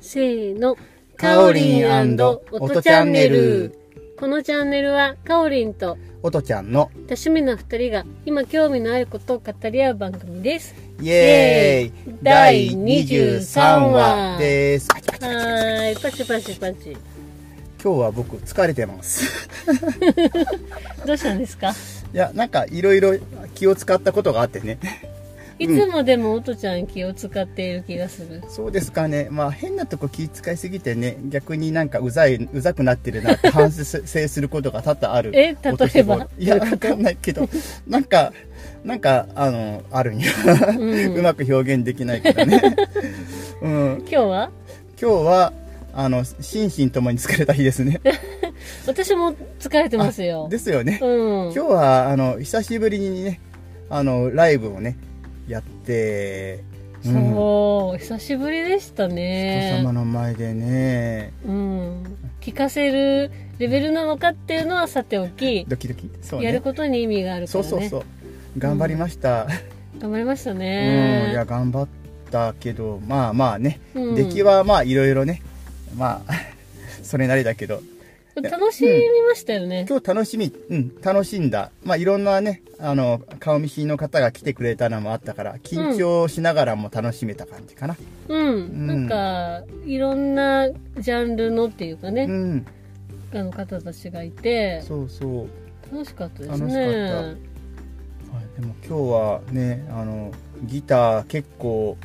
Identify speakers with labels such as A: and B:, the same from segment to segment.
A: せーの。
B: かおりん
A: オトチャンネル。このチャンネルは、かおりんと
B: おとちゃんの
A: 多趣味の二人が今興味のあることを語り合う番組です。
B: イエーイ
A: 第
B: 第
A: 23
B: 23
A: 話
B: 話です。
A: はーい、パチパチパチ。
B: 今日は僕疲れてます。
A: どうしたんですか
B: いや、なんかいろいろ気を使ったことがあってね。
A: いつもでもおとちゃん気を使っている気がする。。
B: そうですかね。まあ変なとこ気使いすぎてね、逆になんかうざい、うざくなってるなって反省することが多々ある
A: え例えば
B: お年頃いや、わかんないけど、なんか、なんか、あの、あるには、
A: うん
B: うまく表現できないけどね。うん。
A: 今日は
B: 今日はあの心身ともに疲れた日ですね。
A: 私も疲れてますよ。
B: ですよね。
A: うん。
B: 今日はあの久しぶりにねあのライブをねやって、うん、人
A: そう、久しぶりでしたね。
B: 様の前でね
A: うん。聞かせるレベルなのかっていうのはさておき、
B: ドキドキそうね
A: やることに意味があるから
B: そう
A: ね。
B: そうそう頑張りました。
A: 頑張りました
B: うん、
A: ね。
B: いや頑張ったけどまあまあね、
A: うん
B: 出来はまあいろいろねまあ それなりだけど
A: 楽しみましたよね。
B: 今日楽しみ、うん、楽しんだ。まあ、いろんなね、あの、顔見知りの方が来てくれたのもあったから、緊張しながらも楽しめた感じかな。
A: うん。
B: ん
A: なんか、いろんなジャンルのっていうか
B: うん
A: ね、、あの方たちがいて、
B: そうそう。はい、
A: 楽しかったです
B: 楽しか
A: ね。
B: でも今日はね、あの、ギター結構、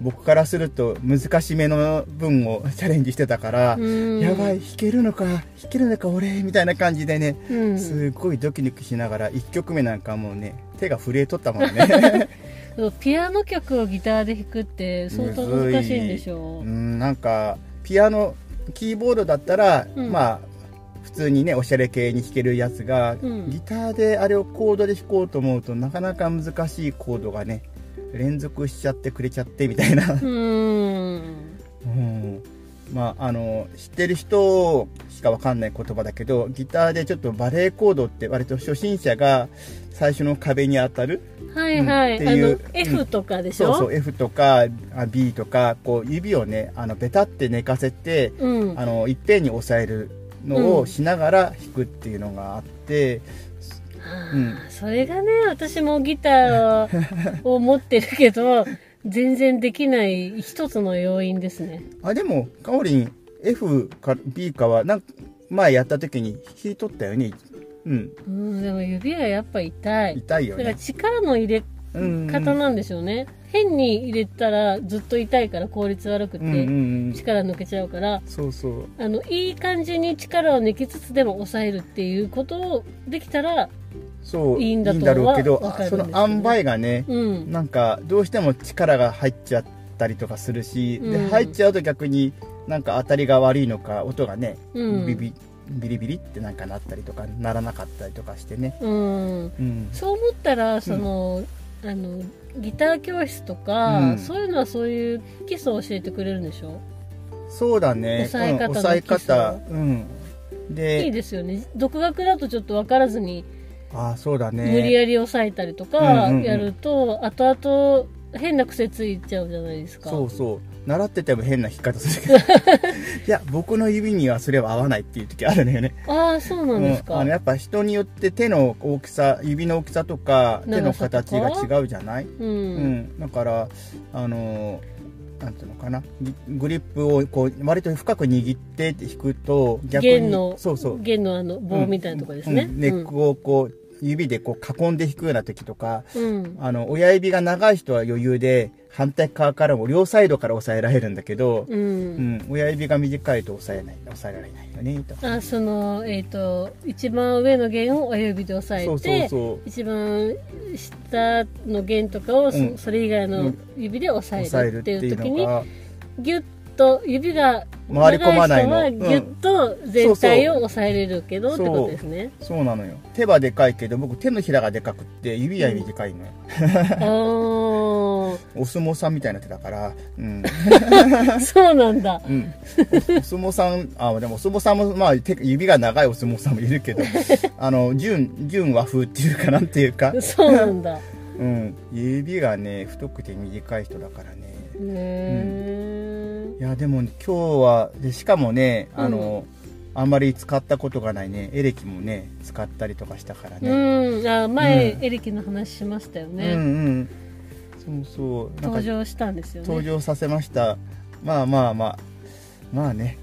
B: 僕からすると難しめの分を チャレンジしてたから、
A: うん
B: やばい、。弾けるのか、弾けるのか俺、みたいな感じでね、
A: うん。
B: すごいドキドキしながら、1曲目なんかもうね、手が震えとったもんね。
A: ピアノ曲をギターで弾くって相当難しいんでしょ
B: う。んなんかピアノキーボードだったら、
A: うん
B: まあ普通にねおしゃれ系に弾けるやつが、
A: うん
B: ギターであれをコードで弾こうと思うとなかなか難しいコードがね連続しちゃってくれちゃってみた いな、
A: うん。
B: うんまああの知ってる人しかわかんない言葉だけどギターでちょっとバレーコードって割と初心者が最初の壁に当たる
A: はいはい。
B: うんっていう
A: あの、F とかでし
B: そう
A: ょ
B: そう
A: う
B: F とかあ B とかこう指をねあのベタって寝かせて、
A: うん。
B: あのいっぺんに押さえるのをしながら弾くっていうのがあって、うん
A: あーそれがね、私もギターをを持ってるけど、全然できない一つの要因ですね。
B: あでもかおりん F か B かはなんか前やった時に弾いとったよねうん
A: うん、でも指がやっぱ痛い。
B: 痛い
A: だ
B: よ
A: から
B: ね
A: 力の入れ
B: うん
A: 方なんでしょうね。変に入れたらずっと痛いから効率悪く
B: うんうんう
A: て、
B: ん
A: 力抜けちゃうから、
B: そうそう
A: あの、いい感じに力を抜きつつでも抑えるっていうことをできたら、
B: そう
A: いいんだと
B: だろうけど
A: はわかるん
B: そ
A: です
B: の
A: けど
B: 塩梅がね、
A: うん。
B: なんかどうしても力が入っちゃったりとかするし、
A: うん
B: で入っちゃうと逆になんか当たりが悪いのか音がね、
A: うん
B: ビビビリビリってなんかなったりとかならなかったりとかしてね、
A: うん。
B: うん、
A: そう思ったらその、あのギター教室とか、
B: うん
A: そういうのはそういう基礎を教えてくれるんでしょ
B: そうだね
A: 抑え方の
B: うん、抑え方
A: 基
B: うんで
A: いいですよね独学だとちょっと分からずに
B: ああそうだね
A: 無理やり抑えたりとか
B: うんうんうん
A: やると、後々変な癖ついちゃうじゃないですか
B: そうそう習ってても変な弾き方するけど いや僕の指にはそれは合わないっていう時あるのよね
A: ああそうなんです
B: うん
A: か、
B: あのやっぱ人によって手の大きさ指の大きさとか手
A: 長
B: の
A: さとか
B: 形が違うじゃない
A: うん
B: うん、だからあのなんていうのかなギグリップをこう割と深く握ってって引くと逆に
A: 弦の
B: そうそう
A: 弦のあの棒みたいなとこですね、
B: うんネックをこう指でこう囲んで引くような時とか
A: うん
B: あの親指が長い人は余裕で反対側からも両サイドから押さえられるんだけど、
A: うん、
B: うん親指が短いと押さえない押さえられないよねとか
A: あそのえっ、と一番上の弦を親指で押さえて
B: そうそうそう
A: 一番下の弦とかをそ,、
B: うん
A: れ以外の指で押
B: 押
A: さ
B: さ
A: え
B: え
A: る
B: る
A: っ
B: ってて
A: い
B: いうう
A: 時
B: の
A: に
B: が
A: ギュッと指が
B: 回り込まないの
A: 長人はギュッと全体を押さえれるけど
B: う
A: っ
B: ん
A: てことですね。
B: そうなのよ手はでかいけど僕手のひらがでかくって指は短いのよ、
A: あー
B: お相撲さんみたいな手だから、うん、
A: そうなんだ。
B: うん、おお相撲さん、あでもお相撲さんも、まあ、手指が長いお相撲さんもい るけど、あの、純、純和風っていうかなんていうか、
A: そうなんだ。
B: うん、指がね、太くて短い人だからね、
A: ねー
B: いいやでも今日はでしかもねあの、あんまり使ったことがないねエレキもね使ったりとかしたからね、
A: うんあ前、
B: うん
A: エレキの話しましたよ
B: う
A: ね、
B: んうんそうそうなん
A: 登
B: か
A: 場したんですよね
B: 登場させましたまあまあまあまあね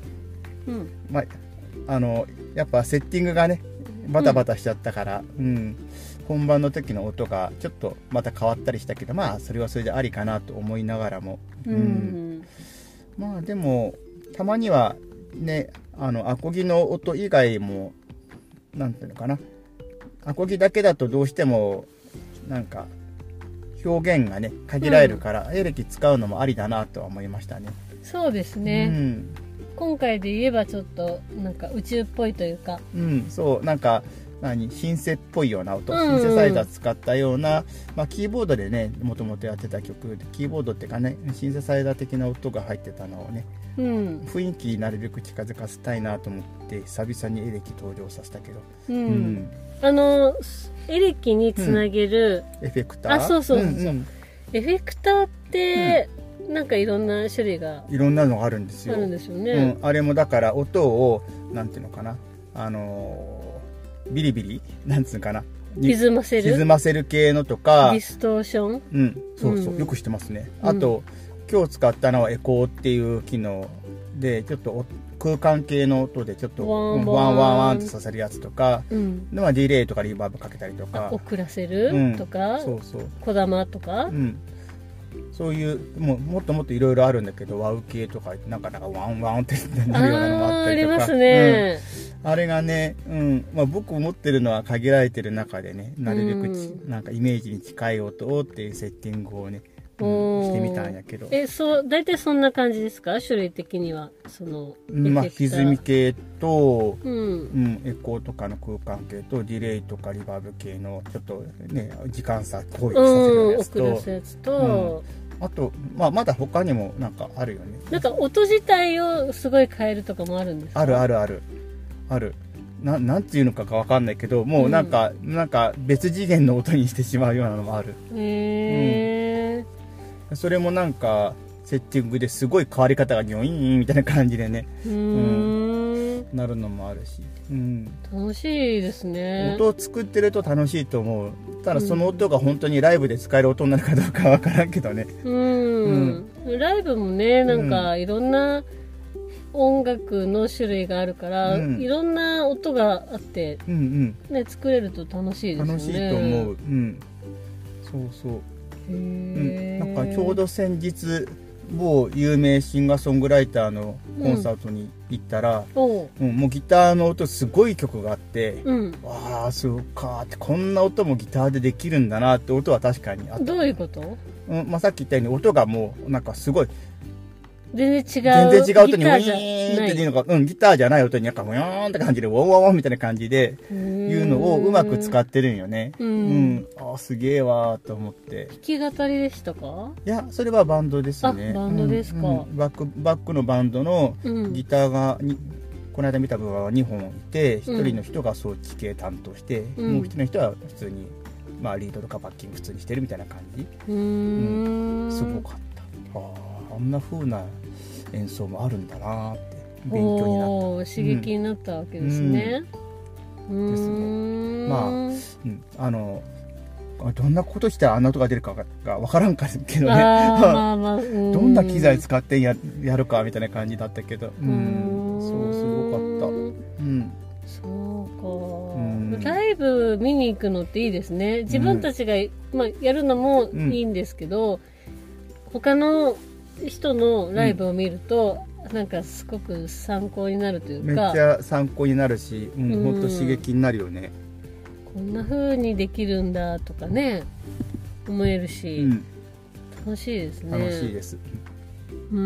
A: うん
B: まああのやっぱセッティングがねバタバタしちゃったから、うん本番の時の音がちょっとまた変わったりしたけどまあそれはそれでありかなと思いながらも、
A: うん、
B: まあでもたまにはねあのアコギの音以外もなんていうのかなアコギだけだとどうしてもなんか表現がね限られるから、エレキ使うのもありだなとは思いましたね。
A: そうです
B: う
A: ね、
B: ん
A: 今回で言えばちょっとなんか宇宙っぽいというか
B: うん、そうなんか何シンセっぽいような音、
A: うんうん
B: シンセサイザー使ったような、まあ、キーボードでねもともとやってた曲でキーボードっていうかねシンセサイザー的な音が入ってたのをね
A: うん
B: 雰囲気になるべく近づかせたいなと思って久々にエレキ登場させたけど、
A: うん、
B: うん
A: あのエレキにつなげる
B: エフェクター
A: あそうそうそう
B: うんうん
A: エフェクターって、なんかいろんな種類が
B: いろんなのがあるんです
A: あ
B: よ
A: るんですよ
B: う
A: ね
B: ん、あれもだから音をなんていうのかなあのービリビリなんつうのかなに
A: 歪ませる
B: 歪
A: デ
B: ませる系のとか
A: ィストーション
B: うん、そうそう、
A: うん
B: よくしてますね。
A: うん
B: あと、今日使ったのはエコーっていう機能で、ちょっとお空間系の音でちょっと
A: ワ
B: うん
A: ン
B: ワ
A: ワン
B: ンワンワンってさせるやつとか、
A: うん
B: まあディレイとかリバーブかけたりとか、
A: 遅らせ
B: うん
A: るとか、
B: そうそう、
A: こだまとか、
B: うん。そういうもうもっともっといろいろあるんだけどワウ系とかなんかなんかワンワンってなるよう
A: あ
B: なのもあ
A: あ
B: っ
A: ーあ
B: たり
A: り
B: とか
A: ますね、
B: うんあれがね、うんまあ、僕持ってるのは限られてる中でねなるべくち、
A: う
B: なんかイメージに近い音をっていうセッティングをね、うん
A: おー
B: してみたんやけど
A: えそう大体そんな感じですか種類的にはその
B: まあ、
A: エフェクター
B: 歪み系と、
A: うん
B: うん、エコーとかの空間系とディレイとかリバーブ系のちょっとね時間差行為
A: う
B: させる
A: ん、遅
B: やつ
A: らせ
B: と
A: るやつと、
B: あと、まあ、まだ他にもなんかあるよね
A: なんか音自体をすごい変えるとかもあるんですか
B: あるあるあるあるななんていうのかがわかんないけどもうなんか、なんか別次元の音にしてしまうようなのもある
A: へえ
B: それもなんかセッティングですごい変わり方がギョイーンみたいな感じでね
A: うーん
B: なるのもあるし、うん、
A: 楽しいですね
B: 音を作ってると楽しいと思うただその音が本当にライブで使える音になるかどうかわからんけどね
A: うん、ライブもねなんかいろんな音楽の種類があるから、
B: うん
A: いろんな音があって
B: うん
A: ね作れると楽し
B: う
A: いですよ
B: ん
A: ね
B: 楽しいと思う、うん、そうそう、
A: へ
B: うん、
A: ー
B: なんかちょうど先日某有名シンガーソングライターのコンサートに行ったら、
A: おう
B: うんもうギターの音すごい曲があって、
A: うん
B: わあそうかーってこんな音もギターでできるんだなって音は確かにあった
A: どういうこと
B: うんまあ、さっき言ったように音がもうなんかすごい
A: 全然違
B: 全
A: う
B: 然違う
A: ギ
B: 音にウ
A: タ
B: ィ
A: ーじゃ
B: ーンっ
A: な
B: ていう
A: い
B: のが、うん、ギターじゃない音になんかウィーンって感じでウォンワンワンみたいな感じでいうのをうまく使
A: っ
B: ってるんよね
A: う、
B: うんん、ああすげえわーと思って
A: 弾き語りでしたか
B: いやそれはバンドですね
A: あバンドですか
B: うんうんバックバックのバンドの
A: うん
B: ギターがに、この間見た分は2本いて1人の人が装置系担当して、
A: うん
B: もう1人の人は普通に、まあ、リードとかバッキング普通にしてるみたいな感じ
A: うーん
B: すごかったあああんな風な演奏もあるんだなーって勉強になった
A: おー刺激になったわけですね、うーん
B: ですねうん、あのどんなことしてあんな音が出るかがわからんかけどね、
A: あーまあ まあ、
B: どんな機材
A: か
B: 使ってややるかみたいな感じだったけど、うん、そうすごかった。うん、
A: そう
B: うん
A: かライブ見に行くのっていいですね自分たちが、まあ、やるのもいいんですけど、他の人のライブを見ると、なんかすごく参考になるとい
B: め
A: う
B: っ
A: か
B: ちゃ参考になるし、うん
A: うん
B: 本当刺激になるよね。
A: こんな風にできるんだとかね思える
B: う
A: し、
B: ん、
A: 楽しいですね
B: 楽しいです。
A: うー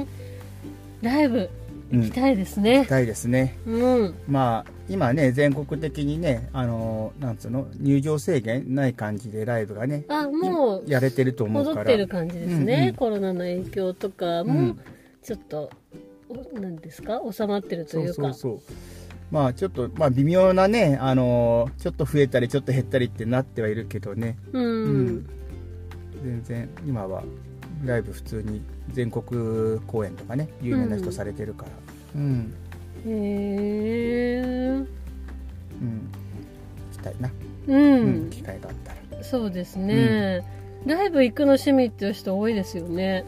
A: んライブ
B: うん、
A: 行き
B: 行
A: たいですね
B: き、たいですね。
A: うん
B: まあ今ね全国的にねあのなんつうの入場制限ない感じでライブがね
A: あもう
B: やれてると思うから。
A: 戻ってる感じですね、
B: うんうん
A: コロナの影響とか
B: う
A: も
B: ん
A: ちょっと、おなんですか収まってると
B: そ
A: いうか
B: うそうそうまあちょっとまあ微妙なねあのーちょっと増えたりちょっと減ったりってなってはいるけどね
A: うん、
B: 全然今はライブ普通に全国公演とかね有名な人されてるから、うん
A: へえ
B: うん、したいな、
A: うん、
B: うん、機会があったら
A: そうですね、ライブ行くの趣味っていう人多いですよね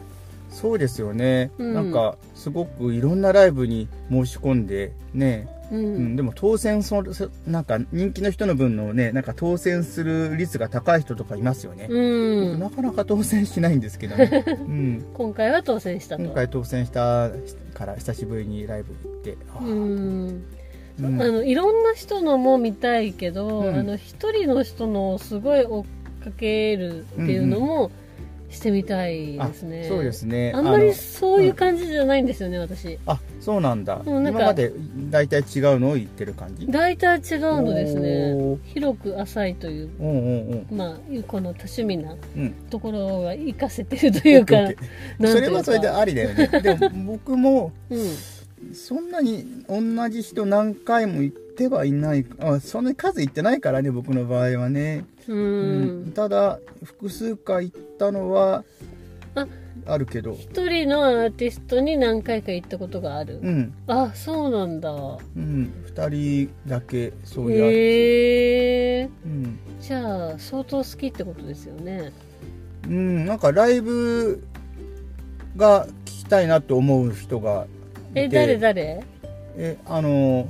B: そうですよね、
A: うん
B: なんかすごくいろんなライブに申し込んでね、
A: う
B: うん
A: ん、
B: でも当選そそなんか人気の人の分のねなんか当選する率が高い人とかいますよね、
A: うん
B: なかなか当選しないんですけ どね、うん、
A: 今回は当選したと
B: 今回当選したから久しぶりにライブ行ってあー
A: うん
B: うん
A: あのいろんな人のも見たいけど、
B: うん
A: あの一人の人のすごい追っかけるっていうのもしてみたい
B: あ
A: ですね、
B: そうですね
A: あんまり
B: の
A: そういう感じじゃないんですよね、私
B: あそうなんだ
A: うんなんか
B: 今まで大体違うのを言ってる感じ
A: 大体違うのですね
B: おー
A: 広く浅いという
B: うんうんうん
A: まあこの多趣味な
B: うん
A: ところが活かせてるというか
B: オッケーオッケー
A: なん
B: そ
A: てい
B: れ
A: うか
B: はそれでありだよねでも僕も
A: うん
B: そんなに同じ人何回も行ってはいないあそんなに数行ってないからね僕の場合はね、
A: う
B: うんただ複数回行ったのは
A: あ
B: あるけど
A: 一人のアーティストに何回か行ったことがある、
B: うん
A: あそうなんだ
B: うん2人だけそういう、
A: へえ
B: うん
A: じゃあ相当好きってことですよね
B: うん、なんかライブが聞きたいなと思う人がいて
A: え誰誰
B: えあの、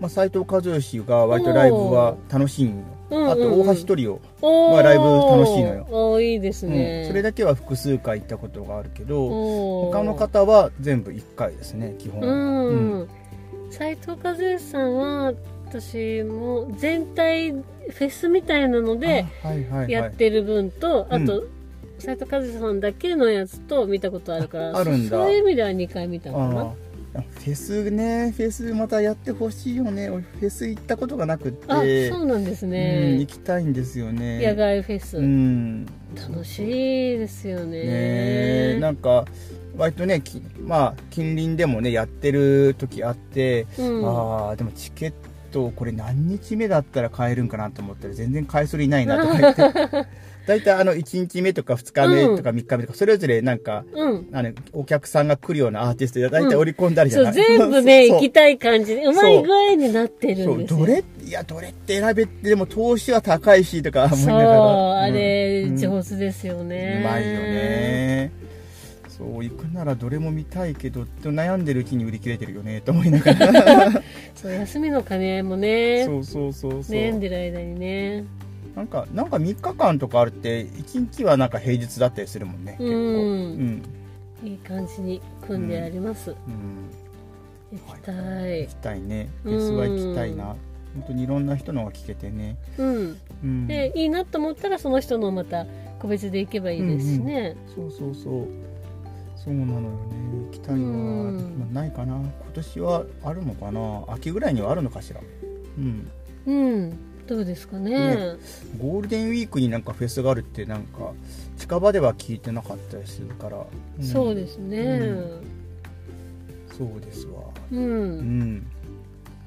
B: まあ、斉藤和義が割とライブは楽しいのよ
A: うんうんうん
B: あと大橋トリオ、
A: お
B: まあライブ楽しいのよ
A: おーいいです
B: うん
A: ね、
B: それだけは複数回行ったことがあるけど
A: おー
B: 他の方は全部1回ですね基本、
A: うん、
B: う
A: 斉藤和義さんは私も全体フェスみたいなので
B: あはいはいはい
A: やってる分と、
B: うん
A: あと、斉藤和義さんだけのやつと見たことあるから
B: ああるんだ
A: そそういう意味では2回見たのかな
B: ああフェスねフェスまたやってほしいよね俺フェス行ったことがなくって
A: あそうなんです
B: うん、
A: ね
B: 行、きたいんですよね
A: 野外フェス、
B: うん
A: 楽しいですよね
B: ねえなんか割とねきまあ近隣でもねやってる時あって、
A: うん、
B: ああでもチケットこれ何日目だったら買えるんかなと思ったら全然買いそうにないなとか言って 大体あの1日目とか2日目とか3日目とかそれぞれなんか
A: うん、
B: あのお客さんが来るようなアーティストで大体織り込んだりじゃ
A: そ
B: な
A: う
B: い、
A: 全部ね
B: そう
A: 行きたい感じでうまい具合になってる
B: そ
A: ん
B: う
A: ですよ
B: どれいやどれって選べってでも投資は高いしとか思い
A: そう
B: ながら
A: あれ、
B: うん
A: 上手ですよね
B: うまいよねそう行くならどれも見たいけどと悩んでるうちに売り切れてるよねと思いなが ら
A: そう休みの兼ね合いもね
B: そうそうそうそう、
A: 悩んでる間にね
B: なんかなんか3日間とかあるって1日はなんか平日だったりするもんね
A: うん
B: 結構うん、
A: いい感じに組んであります、
B: うん、
A: 行きたい
B: 行きたいねフェスは行きたいな本当にいろんな人のが聞けてね、
A: うん
B: うん、
A: でいいなと思ったらその人のまた個別で行けばいいですしね、
B: そうそうそうそうなのよね行きたいのは、
A: うん
B: まあないかな今年はあるのかな秋ぐらいにはあるのかしらうん
A: うん、どうですかね
B: ねゴールデンウィークになんかフェスがあるってなんか近場では聞いてなかったりするから、ん
A: そうですね
B: そうですわ
A: うん、
B: うん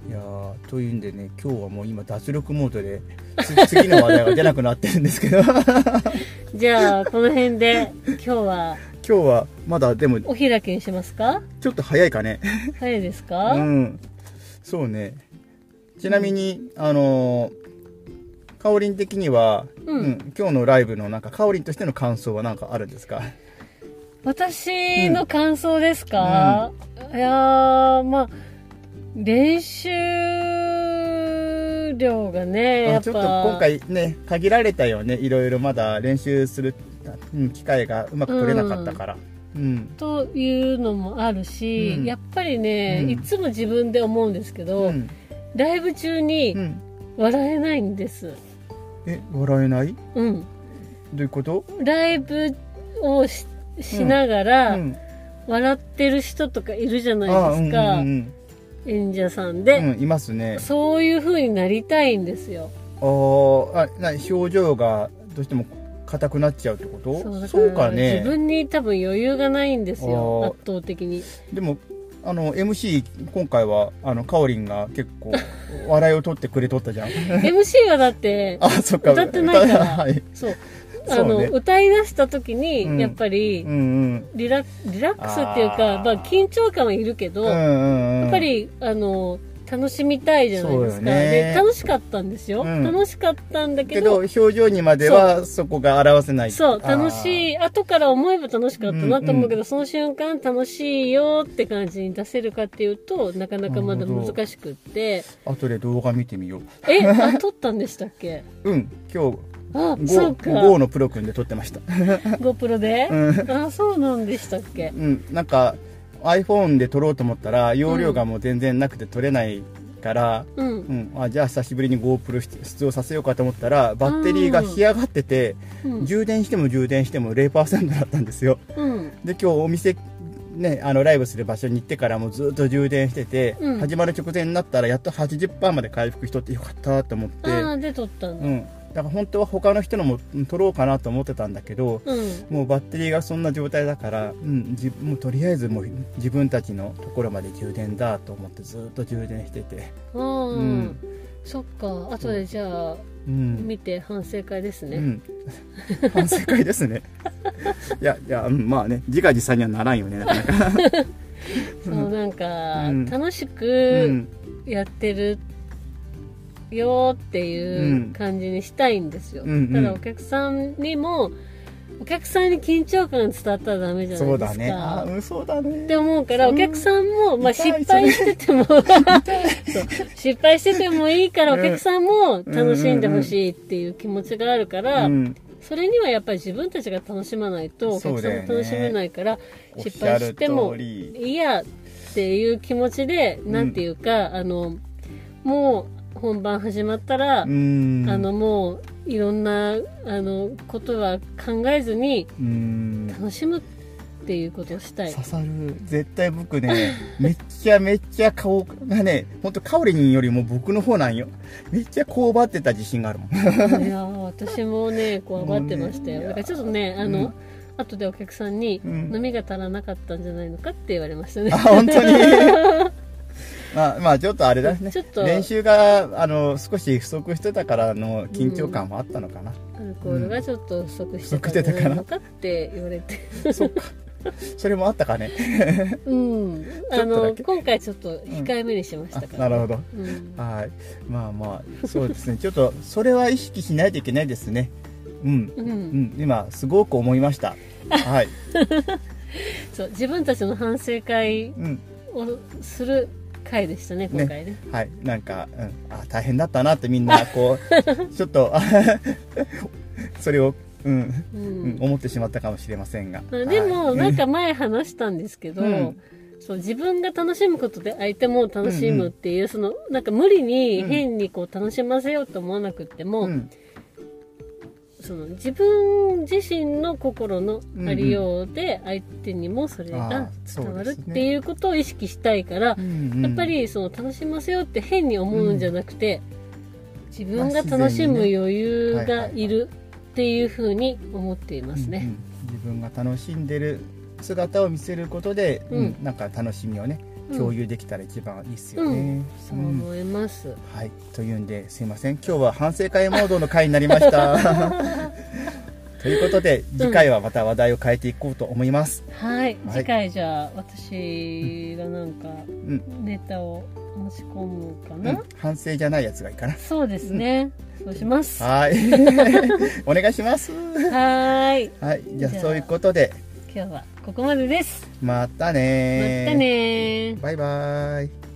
B: いやーというんでね今日はもう今脱力モードでつ 次の話題が出なくなってるんですけど 今
A: じゃあこの辺で今日は
B: 日はまだでも
A: お開きにしますか
B: ちょっと早いかね
A: 早いですか、
B: うんそうねちなみに、あのーかおりん的には、
A: うん
B: 今日のライブのなんかかおりんとしての感想は何かあるんですか
A: 私の感想ですか、いやーまあ練習量がねや
B: あ
A: っぱ
B: ちょっと今回ね限られたよねいろいろまだ練習するうん機会がうまく取れなかったからうん
A: というのもあるし、
B: うん
A: やっぱりね、
B: うん
A: いつも自分で思うんですけ
B: う
A: ど、
B: ん、
A: ライブ中
B: う
A: に
B: ん、
A: 笑えないんです
B: え笑えないど
A: うん
B: ういうこと、
A: ライブをししながら、
B: うん、
A: 笑ってる人とかいるじゃ
B: あ
A: な
B: う
A: いです
B: んう
A: か、
B: ん
A: 演者さん
B: う
A: で、
B: ん、うん、いますね
A: そういう風になりたいんですよ
B: あーあな表情がどうしても硬くなっちゃうってこと
A: だら
B: そうかね
A: 自分に多分余裕がないんですよ
B: あー
A: 圧倒的に
B: でもあの MC 今回はあのかおりんが結構笑いを取ってくれとっ たじゃん
A: MC はだって
B: あそっ か
A: 歌ってないか
B: 歌
A: ら、
B: はい
A: そうあ
B: そう
A: の
B: ね
A: 歌い出した時に、
B: うん
A: やっぱり
B: うんうん
A: リラリラックスっていうか
B: あー
A: まあ、緊張感はいるけど、
B: うん
A: や
B: うんうん
A: っぱりあの楽しみたいじゃないです
B: そ
A: か、
B: うよね
A: で楽しかったんですよ、
B: うん
A: 楽しかったんだけ
B: けど
A: ど
B: 表情にまではそこが表せない
A: そう楽
B: い
A: しい後から思えば楽しかったなと思うけど、その瞬間楽しいよって感じに出せるかっていうとなかなかまだ難しくって
B: 後で動画見てみよ
A: えあ撮ったんでしたっけ
B: ううん今日
A: あそう
B: GO,
A: か
B: GO のプロ君で撮ってました
A: GoPro で、
B: う
A: あそうなんでしたっけ
B: うんなんか iPhone で撮ろうと思ったら容量がもう全然なくて撮れないから、
A: うん
B: うんあじゃあ久しぶりに GoPro 出出動させようかと思ったらバッテリーが干上がってて、
A: うん
B: 充電しても充電しても0%だったんですよ
A: うん
B: で今日お店ね、あのライブする場所に行ってからもずっと充電してて、
A: うん
B: 始まる直前になったらやっと80%まで回復しとってよかったと思って、
A: ああで撮ったん
B: う
A: だ
B: ん、だから本当は他の人のもうん撮ろうかなと思ってたんだけど、
A: うん
B: もうバッテリーがそんな状態だから、うん、じもうとりあえずもう自分たちのところまで充電だと思ってずっと充電してて、
A: あー
B: うん
A: そっかあとでじゃあ
B: うん
A: 見て反省会ですね、
B: うん、反省会で すねいやいや、うん、まあね自画自賛にはならんよねなかな か、
A: そうなんか、
B: うん
A: 楽し
B: う
A: く
B: ん
A: やってるよっていううん感じにしたいんですよ、
B: うんうん
A: ただお客さんにもお客さんに緊張感伝わったらダメじゃないですか
B: そうだねあうんそうだね
A: って思うから
B: うん
A: お客さんも、まあ、
B: 痛い
A: 失敗してても そう失敗しててもいいからお
B: うん
A: 客さんも楽しんでほしいっていう気持ちがあるから、
B: うん
A: それにはやっぱり自分たちが楽しまないとお
B: そ
A: 客
B: う
A: さ
B: だ
A: んも
B: よね
A: 楽しめないから、
B: おっ
A: 失
B: しゃ
A: 敗
B: る
A: し
B: 通
A: ても
B: り
A: いやっていう気持ちで、
B: ん
A: なんていうかあのもう本番始まったら、
B: うん
A: あのもういろんなあのことは考えずに
B: うん
A: 楽しむっていうことをしたい
B: 刺。さる絶対僕ね めっちゃめっちゃ顔がね本当カオリンよりも僕の方なんよめっちゃこうばってた自信があるもん
A: いやー私もねこう
B: も
A: 上
B: うね
A: がってましたよ、
B: いや
A: だからちょっとねあ
B: う
A: の、
B: ん
A: 後でお客さんに、
B: うん
A: 飲みが足らなかったんじゃないのかって言われましたね
B: あ本当 にまあまあちょっとあれだね
A: ちょっと
B: 練習があの少し不足してたからの緊張感はあったのかな、
A: アルコールがちょっと不足してたんじゃないのかって言われて
B: それもあったかね
A: うんあ
B: ちょっとだ
A: の
B: け
A: 今回ちょっと控えめにしまし
B: あ
A: たから、
B: なるほど
A: うん
B: はいまあまあそうですねちょっとそれは意識しないといけないですねうん
A: うん
B: うん、今すごく思い ました。はい、
A: そう自分たちの反省会
B: うん、
A: をする回でしたね今回ね
B: はい、なんか、うん、あ、大変だったなってみんなこ う、ちょっと、あ それを、うん、
A: う
B: うんん、思ってしまったかもしれませんが。
A: まあで
B: は
A: も
B: い
A: なんか前話したんですけど、
B: うん
A: そう自分が楽しむことで相手も楽しむっていう、そのなんか無理に
B: うん
A: 変にこう楽しませようと思わなくっても、
B: うん、
A: その自分自身の心のありようで相手にもそれが伝わるっていうことを意識したいから、
B: うんうん
A: やっぱ、りその楽しませようって変に思うんじゃなくて、自分が楽しむ余裕がいるっていうふうに思っていますね。
B: うんうん自分が楽しんでる姿を見せることで、
A: うん
B: うんなんか楽しみをね、
A: うん
B: 共有できたら一番いいですよね。
A: うんそう思います、
B: はい、というんですいません今日は反省会モードの回になりました ということで次回はまた話題を変えていこうと思います、
A: はい、
B: はい
A: 次回じゃあ私がなんか
B: ん
A: ネタを持ち込むか
B: う
A: な、
B: ん、反省じゃないやつがいいかな
A: そうですね、そうしますは
B: はいお願い します
A: ーい
B: はいじゃあ
A: じゃあ
B: そういうことで
A: 今日はここまでです
B: ま
A: ま
B: た
A: た
B: ね
A: ねー
B: バイバイ